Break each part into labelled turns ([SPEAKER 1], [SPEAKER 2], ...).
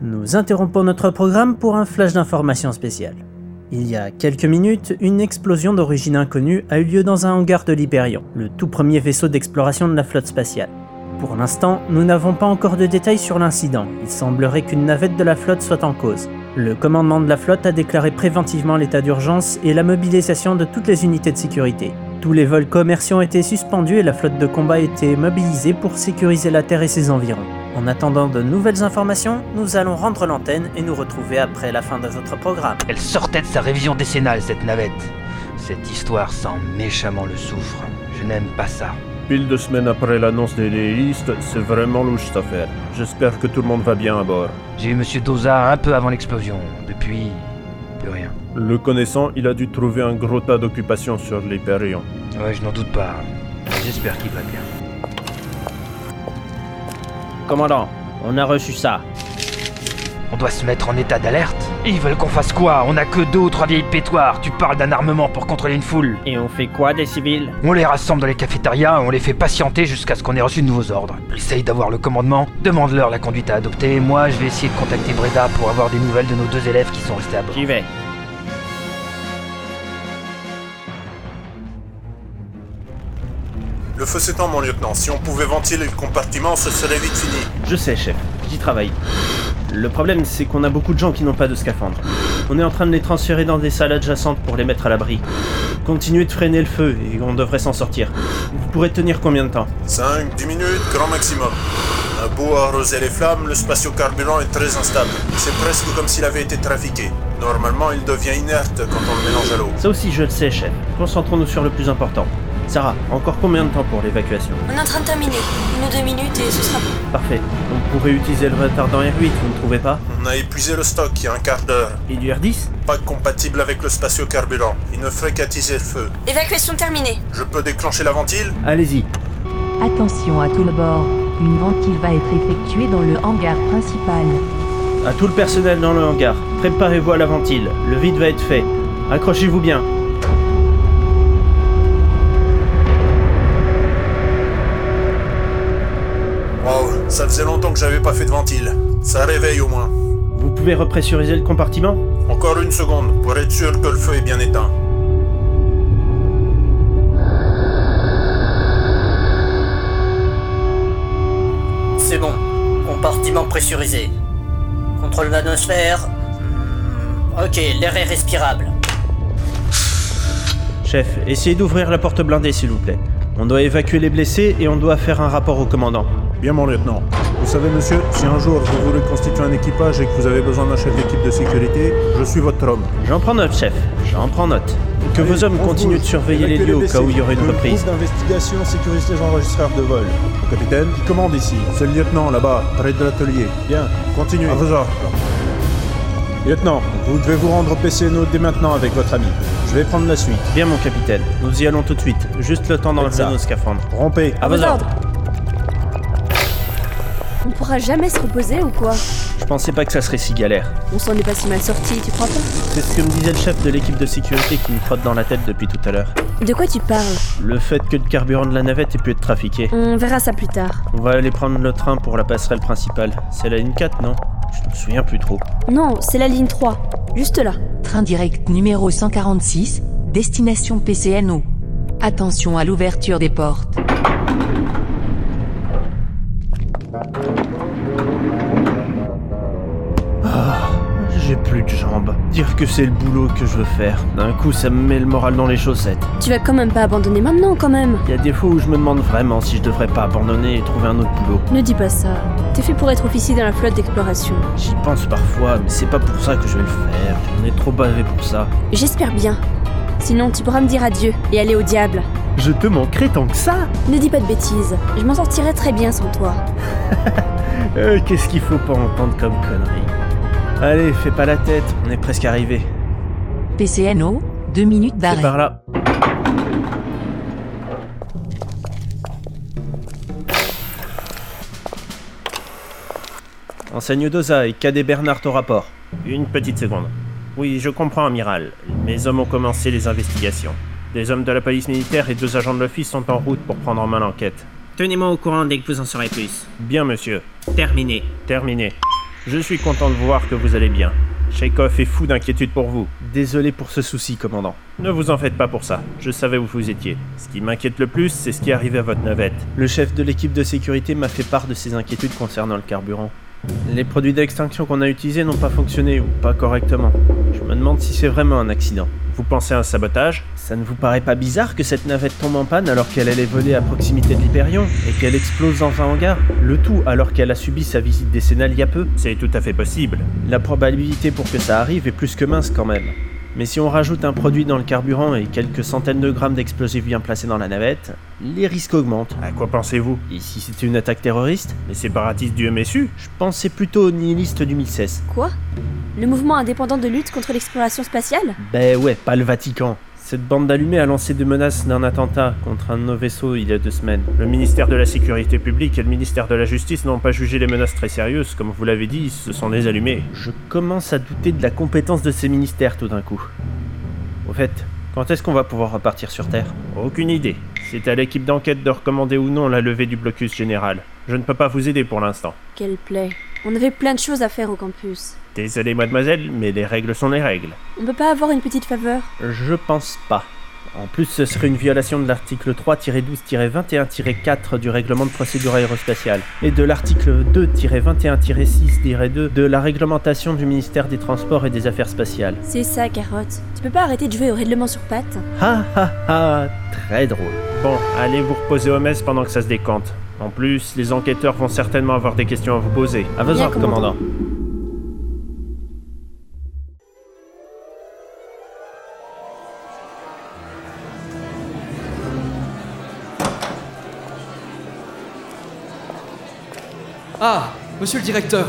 [SPEAKER 1] Nous interrompons notre programme pour un flash d'information spécial. Il y a quelques minutes, une explosion d'origine inconnue a eu lieu dans un hangar de l'Hyperion, le tout premier vaisseau d'exploration de la flotte spatiale. Pour l'instant, nous n'avons pas encore de détails sur l'incident. Il semblerait qu'une navette de la flotte soit en cause. Le commandement de la flotte a déclaré préventivement l'état d'urgence et la mobilisation de toutes les unités de sécurité. Tous les vols commerciaux ont été suspendus et la flotte de combat a été mobilisée pour sécuriser la Terre et ses environs. En attendant de nouvelles informations, nous allons rendre l'antenne et nous retrouver après la fin de votre programme.
[SPEAKER 2] Elle sortait de sa révision décennale, cette navette. Cette histoire sent méchamment le soufre. Je n'aime pas ça.
[SPEAKER 3] Pile deux semaines après l'annonce des déistes, c'est vraiment louche cette affaire. J'espère que tout le monde va bien à bord.
[SPEAKER 2] J'ai eu Monsieur Doza un peu avant l'explosion. Depuis, plus rien.
[SPEAKER 3] Le connaissant, il a dû trouver un gros tas d'occupations sur l'Hyperion.
[SPEAKER 2] Ouais, je n'en doute pas. J'espère qu'il va bien.
[SPEAKER 4] Commandant, on a reçu ça.
[SPEAKER 2] On doit se mettre en état d'alerte. Ils veulent qu'on fasse quoi On a que deux ou trois vieilles pétoires. Tu parles d'un armement pour contrôler une foule.
[SPEAKER 4] Et on fait quoi des civils
[SPEAKER 2] On les rassemble dans les cafétérias, on les fait patienter jusqu'à ce qu'on ait reçu de nouveaux ordres. Essaye d'avoir le commandement, demande-leur la conduite à adopter. Moi, je vais essayer de contacter Breda pour avoir des nouvelles de nos deux élèves qui sont restés à bord.
[SPEAKER 4] J'y vais.
[SPEAKER 5] Le feu s'étend, mon lieutenant. Si on pouvait ventiler le compartiment, ce serait vite fini.
[SPEAKER 6] Je sais, chef. J'y travaille. Le problème, c'est qu'on a beaucoup de gens qui n'ont pas de scaphandre. On est en train de les transférer dans des salles adjacentes pour les mettre à l'abri. Continuez de freiner le feu et on devrait s'en sortir. Vous pourrez tenir combien de temps
[SPEAKER 5] 5, 10 minutes, grand maximum. On a beau arroser les flammes, le spatio-carburant est très instable. C'est presque comme s'il avait été trafiqué. Normalement, il devient inerte quand on le mélange à l'eau.
[SPEAKER 6] Ça aussi, je le sais, chef. Concentrons-nous sur le plus important. Sarah, encore combien de temps pour l'évacuation
[SPEAKER 7] On est en train de terminer. Une ou deux minutes et ce sera bon.
[SPEAKER 6] Parfait. On pourrait utiliser le retardant R8, vous ne trouvez pas
[SPEAKER 5] On a épuisé le stock il y a un quart d'heure.
[SPEAKER 6] Et du R10
[SPEAKER 5] Pas compatible avec le spatio-carburant. Il ne ferait qu'attiser le feu.
[SPEAKER 7] Évacuation terminée.
[SPEAKER 5] Je peux déclencher la ventile
[SPEAKER 6] Allez-y.
[SPEAKER 8] Attention à tout le bord, une ventile va être effectuée dans le hangar principal.
[SPEAKER 6] À tout le personnel dans le hangar, préparez-vous à la ventile. Le vide va être fait. Accrochez-vous bien.
[SPEAKER 5] Wow, ça faisait longtemps que j'avais pas fait de ventile. Ça réveille au moins.
[SPEAKER 6] Vous pouvez repressuriser le compartiment
[SPEAKER 5] Encore une seconde pour être sûr que le feu est bien éteint.
[SPEAKER 9] C'est bon. Compartiment pressurisé. Contrôle l'atmosphère. Ok, l'air est respirable.
[SPEAKER 6] Chef, essayez d'ouvrir la porte blindée, s'il vous plaît. On doit évacuer les blessés et on doit faire un rapport au commandant.
[SPEAKER 3] Bien, mon lieutenant. Vous savez, monsieur, si un jour vous voulez constituer un équipage et que vous avez besoin d'un chef d'équipe de sécurité, je suis votre homme.
[SPEAKER 6] J'en prends note, chef. J'en prends note. Que
[SPEAKER 10] Allez,
[SPEAKER 6] vos hommes
[SPEAKER 10] on
[SPEAKER 6] continuent
[SPEAKER 10] bouge.
[SPEAKER 6] de surveiller les
[SPEAKER 10] Évacuez
[SPEAKER 6] lieux au
[SPEAKER 10] blessés.
[SPEAKER 6] cas où il y aurait une
[SPEAKER 10] Le
[SPEAKER 6] reprise.
[SPEAKER 10] groupe d'investigation sécurise les enregistreurs de vol.
[SPEAKER 3] Le capitaine,
[SPEAKER 10] Qui commande ici
[SPEAKER 3] c'est le lieutenant là-bas, près de l'atelier.
[SPEAKER 10] Bien, continuez.
[SPEAKER 3] À vos ordres.
[SPEAKER 10] Lieutenant, vous devez vous rendre au PCNO dès maintenant avec votre ami. Je vais prendre la suite.
[SPEAKER 6] Bien, mon capitaine. Nous y allons tout de suite. Juste le temps d'enlever
[SPEAKER 10] ça.
[SPEAKER 6] nos scaphandres.
[SPEAKER 10] Rompez.
[SPEAKER 6] À vos ordres.
[SPEAKER 11] On pourra jamais se reposer ou quoi
[SPEAKER 6] Je pensais pas que ça serait si galère.
[SPEAKER 11] On s'en est pas si mal sorti, tu crois pas
[SPEAKER 6] C'est ce que me disait le chef de l'équipe de sécurité qui me trotte dans la tête depuis tout à l'heure.
[SPEAKER 11] De quoi tu parles
[SPEAKER 6] Le fait que le carburant de la navette ait pu être trafiqué.
[SPEAKER 11] On verra ça plus tard.
[SPEAKER 6] On va aller prendre le train pour la passerelle principale. C'est la ligne 4, non Je me souviens plus trop.
[SPEAKER 11] Non, c'est la ligne 3. Juste là.
[SPEAKER 12] Train direct numéro 146, destination PCNO. Attention à l'ouverture des portes.
[SPEAKER 6] J'ai plus de jambes. Dire que c'est le boulot que je veux faire. D'un coup, ça me met le moral dans les chaussettes.
[SPEAKER 11] Tu vas quand même pas abandonner maintenant, quand même.
[SPEAKER 6] Il y a des fois où je me demande vraiment si je devrais pas abandonner et trouver un autre boulot.
[SPEAKER 11] Ne dis pas ça. T'es fait pour être officier dans la flotte d'exploration.
[SPEAKER 6] J'y pense parfois, mais c'est pas pour ça que je vais le faire. On est trop bavé pour ça.
[SPEAKER 11] J'espère bien. Sinon, tu pourras me dire adieu et aller au diable.
[SPEAKER 6] Je te manquerai tant que ça
[SPEAKER 11] Ne dis pas de bêtises. Je m'en sortirai très bien sans toi.
[SPEAKER 6] Euh, Qu'est-ce qu'il faut pas entendre comme connerie Allez, fais pas la tête, on est presque arrivé.
[SPEAKER 12] PCNO, deux minutes
[SPEAKER 6] C'est
[SPEAKER 12] d'arrêt.
[SPEAKER 6] par là. Enseigne Dosa et Cadet Bernard au rapport.
[SPEAKER 4] Une petite seconde. Oui, je comprends, amiral. Mes hommes ont commencé les investigations. Des hommes de la police militaire et deux agents de l'office sont en route pour prendre en main l'enquête.
[SPEAKER 1] Tenez-moi au courant dès que vous en saurez plus.
[SPEAKER 4] Bien, monsieur.
[SPEAKER 1] Terminé.
[SPEAKER 4] Terminé. Je suis content de voir que vous allez bien. Chekhov est fou d'inquiétude pour vous.
[SPEAKER 6] Désolé pour ce souci, commandant.
[SPEAKER 4] Ne vous en faites pas pour ça, je savais où vous étiez. Ce qui m'inquiète le plus, c'est ce qui est arrivé à votre navette.
[SPEAKER 6] Le chef de l'équipe de sécurité m'a fait part de ses inquiétudes concernant le carburant. Les produits d'extinction qu'on a utilisés n'ont pas fonctionné ou pas correctement. Je me demande si c'est vraiment un accident.
[SPEAKER 4] Vous pensez à un sabotage
[SPEAKER 6] Ça ne vous paraît pas bizarre que cette navette tombe en panne alors qu'elle allait voler à proximité de l'Hyperion et qu'elle explose dans un hangar Le tout alors qu'elle a subi sa visite décennale il y a peu
[SPEAKER 4] C'est tout à fait possible.
[SPEAKER 6] La probabilité pour que ça arrive est plus que mince quand même. Mais si on rajoute un produit dans le carburant et quelques centaines de grammes d'explosifs bien placés dans la navette, les risques augmentent.
[SPEAKER 4] À quoi pensez-vous
[SPEAKER 6] Et si c'était une attaque terroriste
[SPEAKER 4] Les séparatistes du MSU
[SPEAKER 6] Je pensais plutôt aux nihilistes du 1016.
[SPEAKER 11] Quoi Le mouvement indépendant de lutte contre l'exploration spatiale
[SPEAKER 6] Ben ouais, pas le Vatican. Cette bande d'allumés a lancé des menaces d'un attentat contre un de nos vaisseaux il y a deux semaines.
[SPEAKER 4] Le ministère de la Sécurité publique et le ministère de la Justice n'ont pas jugé les menaces très sérieuses. Comme vous l'avez dit, ce sont des allumés.
[SPEAKER 6] Je commence à douter de la compétence de ces ministères tout d'un coup. Au fait, quand est-ce qu'on va pouvoir repartir sur Terre
[SPEAKER 4] Aucune idée. C'est à l'équipe d'enquête de recommander ou non la levée du blocus général. Je ne peux pas vous aider pour l'instant.
[SPEAKER 11] Quelle plaie. On avait plein de choses à faire au campus.
[SPEAKER 4] Désolé mademoiselle, mais les règles sont les règles.
[SPEAKER 11] On peut pas avoir une petite faveur
[SPEAKER 6] Je pense pas. En plus, ce serait une violation de l'article 3-12-21-4 du règlement de procédure aérospatiale et de l'article 2-21-6-2 de la réglementation du ministère des Transports et des Affaires spatiales.
[SPEAKER 11] C'est ça, Carotte. Tu peux pas arrêter de jouer au règlement sur pattes
[SPEAKER 6] Ha ha ha Très drôle.
[SPEAKER 4] Bon, allez vous reposer au mess pendant que ça se décante. En plus, les enquêteurs vont certainement avoir des questions à vous poser.
[SPEAKER 6] À vos ordres, commandant.
[SPEAKER 13] Ah, monsieur le directeur,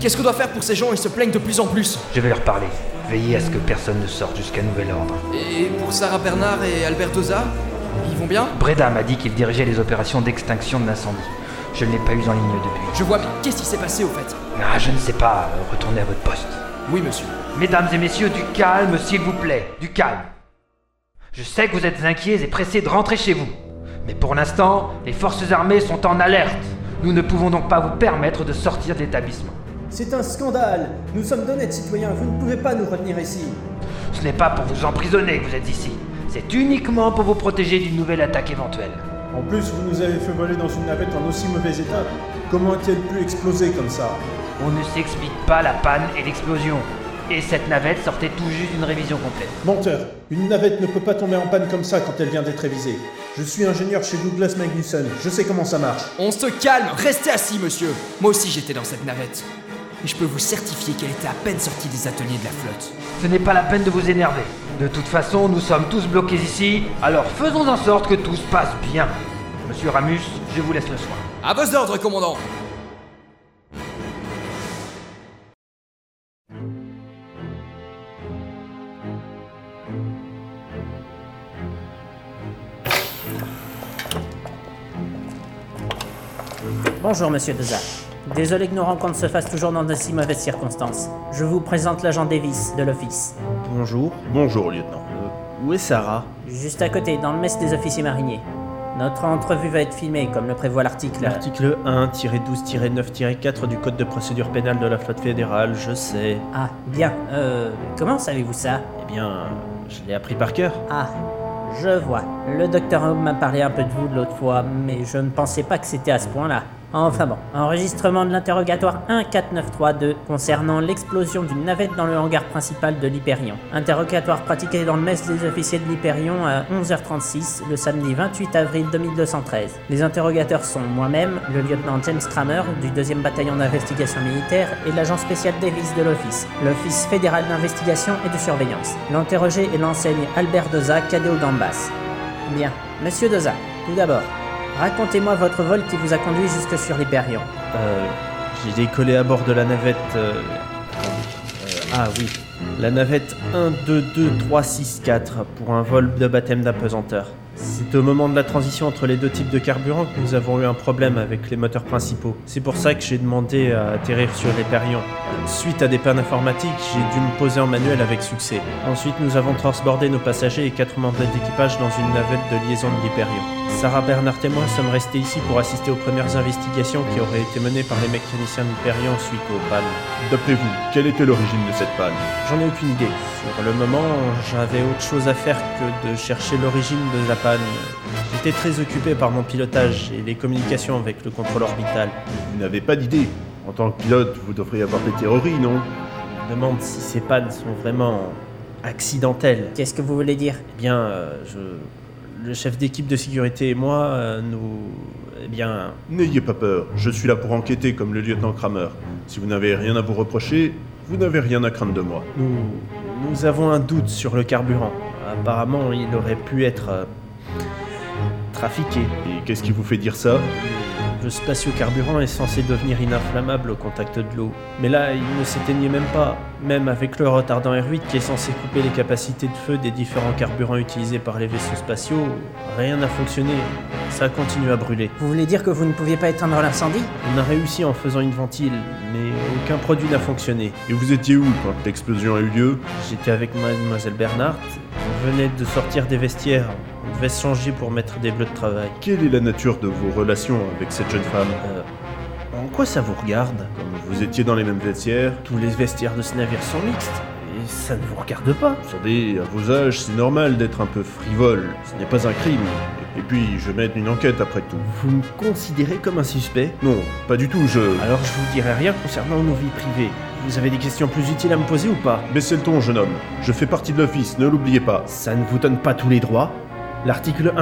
[SPEAKER 13] qu'est-ce qu'on doit faire pour ces gens Ils se plaignent de plus en plus.
[SPEAKER 2] Je vais leur parler. Veillez à ce que personne ne sorte jusqu'à nouvel ordre.
[SPEAKER 13] Et pour Sarah Bernard et Albert Oza, ils vont bien
[SPEAKER 2] Breda m'a dit qu'il dirigeait les opérations d'extinction de l'incendie. Je ne l'ai pas eu en ligne depuis.
[SPEAKER 13] Je vois, mais qu'est-ce qui s'est passé au fait
[SPEAKER 2] Ah, je ne sais pas. Retournez à votre poste.
[SPEAKER 13] Oui, monsieur.
[SPEAKER 2] Mesdames et messieurs, du calme, s'il vous plaît. Du calme. Je sais que vous êtes inquiets et pressés de rentrer chez vous. Mais pour l'instant, les forces armées sont en alerte. Nous ne pouvons donc pas vous permettre de sortir de l'établissement.
[SPEAKER 14] C'est un scandale Nous sommes d'honnêtes citoyens, vous ne pouvez pas nous retenir ici
[SPEAKER 2] Ce n'est pas pour vous emprisonner que vous êtes ici, c'est uniquement pour vous protéger d'une nouvelle attaque éventuelle.
[SPEAKER 10] En plus, vous nous avez fait voler dans une navette en aussi mauvais état. Comment a-t-elle pu exploser comme ça
[SPEAKER 2] On ne s'explique pas la panne et l'explosion. Et cette navette sortait tout juste d'une révision complète.
[SPEAKER 10] Menteur Une navette ne peut pas tomber en panne comme ça quand elle vient d'être révisée. Je suis ingénieur chez Douglas Magnuson, je sais comment ça marche.
[SPEAKER 13] On se calme, restez assis, monsieur Moi aussi j'étais dans cette navette. Et je peux vous certifier qu'elle était à peine sortie des ateliers de la flotte.
[SPEAKER 2] Ce n'est pas la peine de vous énerver. De toute façon, nous sommes tous bloqués ici, alors faisons en sorte que tout se passe bien. Monsieur Ramus, je vous laisse le soin.
[SPEAKER 13] À vos ordres, commandant
[SPEAKER 1] Bonjour, monsieur Deza. Désolé que nos rencontres se fassent toujours dans de si mauvaises circonstances. Je vous présente l'agent Davis de l'Office.
[SPEAKER 6] Bonjour.
[SPEAKER 10] Bonjour, lieutenant.
[SPEAKER 6] Euh, où est Sarah
[SPEAKER 1] Juste à côté, dans le mess des officiers mariniers. Notre entrevue va être filmée, comme le prévoit l'article.
[SPEAKER 6] L'article 1-12-9-4 du Code de procédure pénale de la flotte fédérale, je sais.
[SPEAKER 1] Ah, bien. Euh. Comment savez-vous ça
[SPEAKER 6] Eh bien, je l'ai appris par cœur.
[SPEAKER 1] Ah, je vois. Le docteur Homme m'a parlé un peu de vous l'autre fois, mais je ne pensais pas que c'était à ce point-là. Enfin bon, enregistrement de l'interrogatoire 14932 concernant l'explosion d'une navette dans le hangar principal de l'Hyperion. Interrogatoire pratiqué dans le mess des officiers de euh, l'Hyperion à 11h36 le samedi 28 avril 2213. Les interrogateurs sont moi-même, le lieutenant James Kramer du 2e bataillon d'investigation militaire et l'agent spécial Davis de l'Office, l'Office fédéral d'investigation et de surveillance. L'interrogé est l'enseigne Albert Doza, cadet au Gambas. Bien, monsieur Doza, tout d'abord, Racontez-moi votre vol qui vous a conduit jusque sur l'Hyperion.
[SPEAKER 6] Euh, j'ai décollé à bord de la navette. Euh, euh, ah oui, la navette 122364 pour un vol de baptême d'apesanteur. C'est au moment de la transition entre les deux types de carburant que nous avons eu un problème avec les moteurs principaux. C'est pour ça que j'ai demandé à atterrir sur l'Hyperion. Suite à des pannes informatiques, j'ai dû me poser en manuel avec succès. Ensuite, nous avons transbordé nos passagers et quatre membres d'équipage dans une navette de liaison de l'Hyperion.
[SPEAKER 4] Sarah Bernhardt et moi sommes restés ici pour assister aux premières investigations qui auraient été menées par les mécaniciens d'Hyperion suite aux pannes.
[SPEAKER 6] D'après vous, quelle était l'origine de cette panne
[SPEAKER 4] J'en ai aucune idée. Sur le moment, j'avais autre chose à faire que de chercher l'origine de la panne. J'étais très occupé par mon pilotage et les communications avec le contrôle orbital.
[SPEAKER 6] Vous n'avez pas d'idée. En tant que pilote, vous devriez avoir des théories, non
[SPEAKER 4] Je me demande si ces pannes sont vraiment accidentelles.
[SPEAKER 15] Qu'est-ce que vous voulez dire
[SPEAKER 4] Eh bien, euh, je le chef d'équipe de sécurité et moi, euh, nous. Eh bien.
[SPEAKER 6] N'ayez pas peur, je suis là pour enquêter comme le lieutenant Kramer. Si vous n'avez rien à vous reprocher, vous n'avez rien à craindre de moi.
[SPEAKER 4] Nous. Nous avons un doute sur le carburant. Apparemment, il aurait pu être. euh, trafiqué.
[SPEAKER 6] Et qu'est-ce qui vous fait dire ça
[SPEAKER 4] Le spatio-carburant est censé devenir ininflammable au contact de l'eau. Mais là, il ne s'éteignait même pas, même avec le retardant R8 qui est censé couper les capacités de feu des différents carburants utilisés par les vaisseaux spatiaux. Rien n'a fonctionné. Ça continue à brûler.
[SPEAKER 15] Vous voulez dire que vous ne pouviez pas éteindre l'incendie
[SPEAKER 4] On a réussi en faisant une ventile, mais aucun produit n'a fonctionné.
[SPEAKER 6] Et vous étiez où quand l'explosion a eu lieu
[SPEAKER 4] J'étais avec mademoiselle Bernhardt. On venait de sortir des vestiaires. On devait se changer pour mettre des bleus de travail.
[SPEAKER 6] Quelle est la nature de vos relations avec cette jeune femme
[SPEAKER 4] Euh, en quoi ça vous regarde
[SPEAKER 6] Comme vous étiez dans les mêmes vestiaires
[SPEAKER 4] Tous les vestiaires de ce navire sont mixtes. Et ça ne vous regarde pas.
[SPEAKER 6] Vous savez, à vos âges, c'est normal d'être un peu frivole. Ce n'est pas un crime. Et puis, je mène une enquête après tout.
[SPEAKER 4] Vous me considérez comme un suspect
[SPEAKER 6] Non, pas du tout, je...
[SPEAKER 4] Alors je vous dirai rien concernant nos vies privées. Vous avez des questions plus utiles à me poser ou pas
[SPEAKER 6] Baissez le ton, jeune homme. Je fais partie de l'office, ne l'oubliez pas.
[SPEAKER 4] Ça ne vous donne pas tous les droits L'article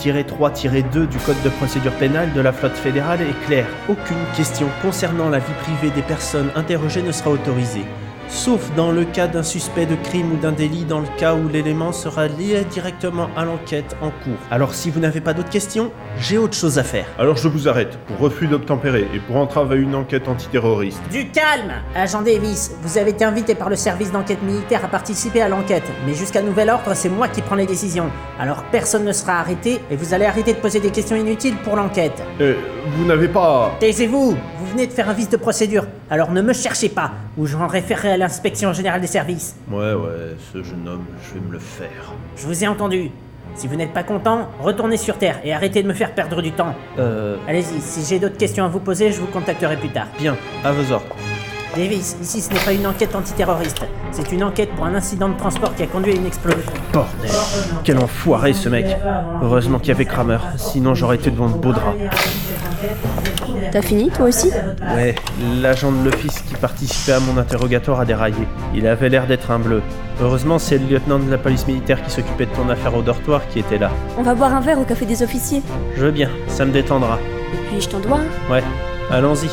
[SPEAKER 4] 1-18-3-2 du Code de procédure pénale de la flotte fédérale est clair. Aucune question concernant la vie privée des personnes interrogées ne sera autorisée, sauf dans le cas d'un suspect de crime ou d'un délit dans le cas où l'élément sera lié directement à l'enquête en cours. Alors si vous n'avez pas d'autres questions, j'ai autre chose à faire.
[SPEAKER 6] Alors je vous arrête, pour refus d'obtempérer et pour entrave à une enquête antiterroriste.
[SPEAKER 1] Du calme Agent Davis, vous avez été invité par le service d'enquête militaire à participer à l'enquête, mais jusqu'à nouvel ordre, c'est moi qui prends les décisions. Alors personne ne sera arrêté et vous allez arrêter de poser des questions inutiles pour l'enquête.
[SPEAKER 4] Euh,
[SPEAKER 6] Eh, vous n'avez pas...
[SPEAKER 1] Taisez-vous Vous venez de faire un vice de procédure, alors ne me cherchez pas, ou je m'en référerai à l'inspection générale des services.
[SPEAKER 6] Ouais, ouais, ce jeune homme, je vais me le faire.
[SPEAKER 1] Je vous ai entendu. Si vous n'êtes pas content, retournez sur Terre et arrêtez de me faire perdre du temps.
[SPEAKER 4] Euh...
[SPEAKER 1] Allez-y, si j'ai d'autres questions à vous poser, je vous contacterai plus tard.
[SPEAKER 4] Bien, à vos ordres.
[SPEAKER 1] Davis, ici ce n'est pas une enquête antiterroriste, c'est une enquête pour un incident de transport qui a conduit à une explosion.
[SPEAKER 4] Bordel Quel enfoiré ce mec Heureusement qu'il y avait Kramer, sinon j'aurais été devant de beaux draps.
[SPEAKER 11] T'as fini, toi aussi
[SPEAKER 4] Ouais, l'agent de l'office qui participait à mon interrogatoire a déraillé. Il avait l'air d'être un bleu. Heureusement, c'est le lieutenant de la police militaire qui s'occupait de ton affaire au dortoir qui était là.
[SPEAKER 11] On va boire un verre au café des officiers.
[SPEAKER 4] Je veux bien, ça me détendra.
[SPEAKER 11] Et puis je t'en dois. un.
[SPEAKER 4] Ouais, allons-y.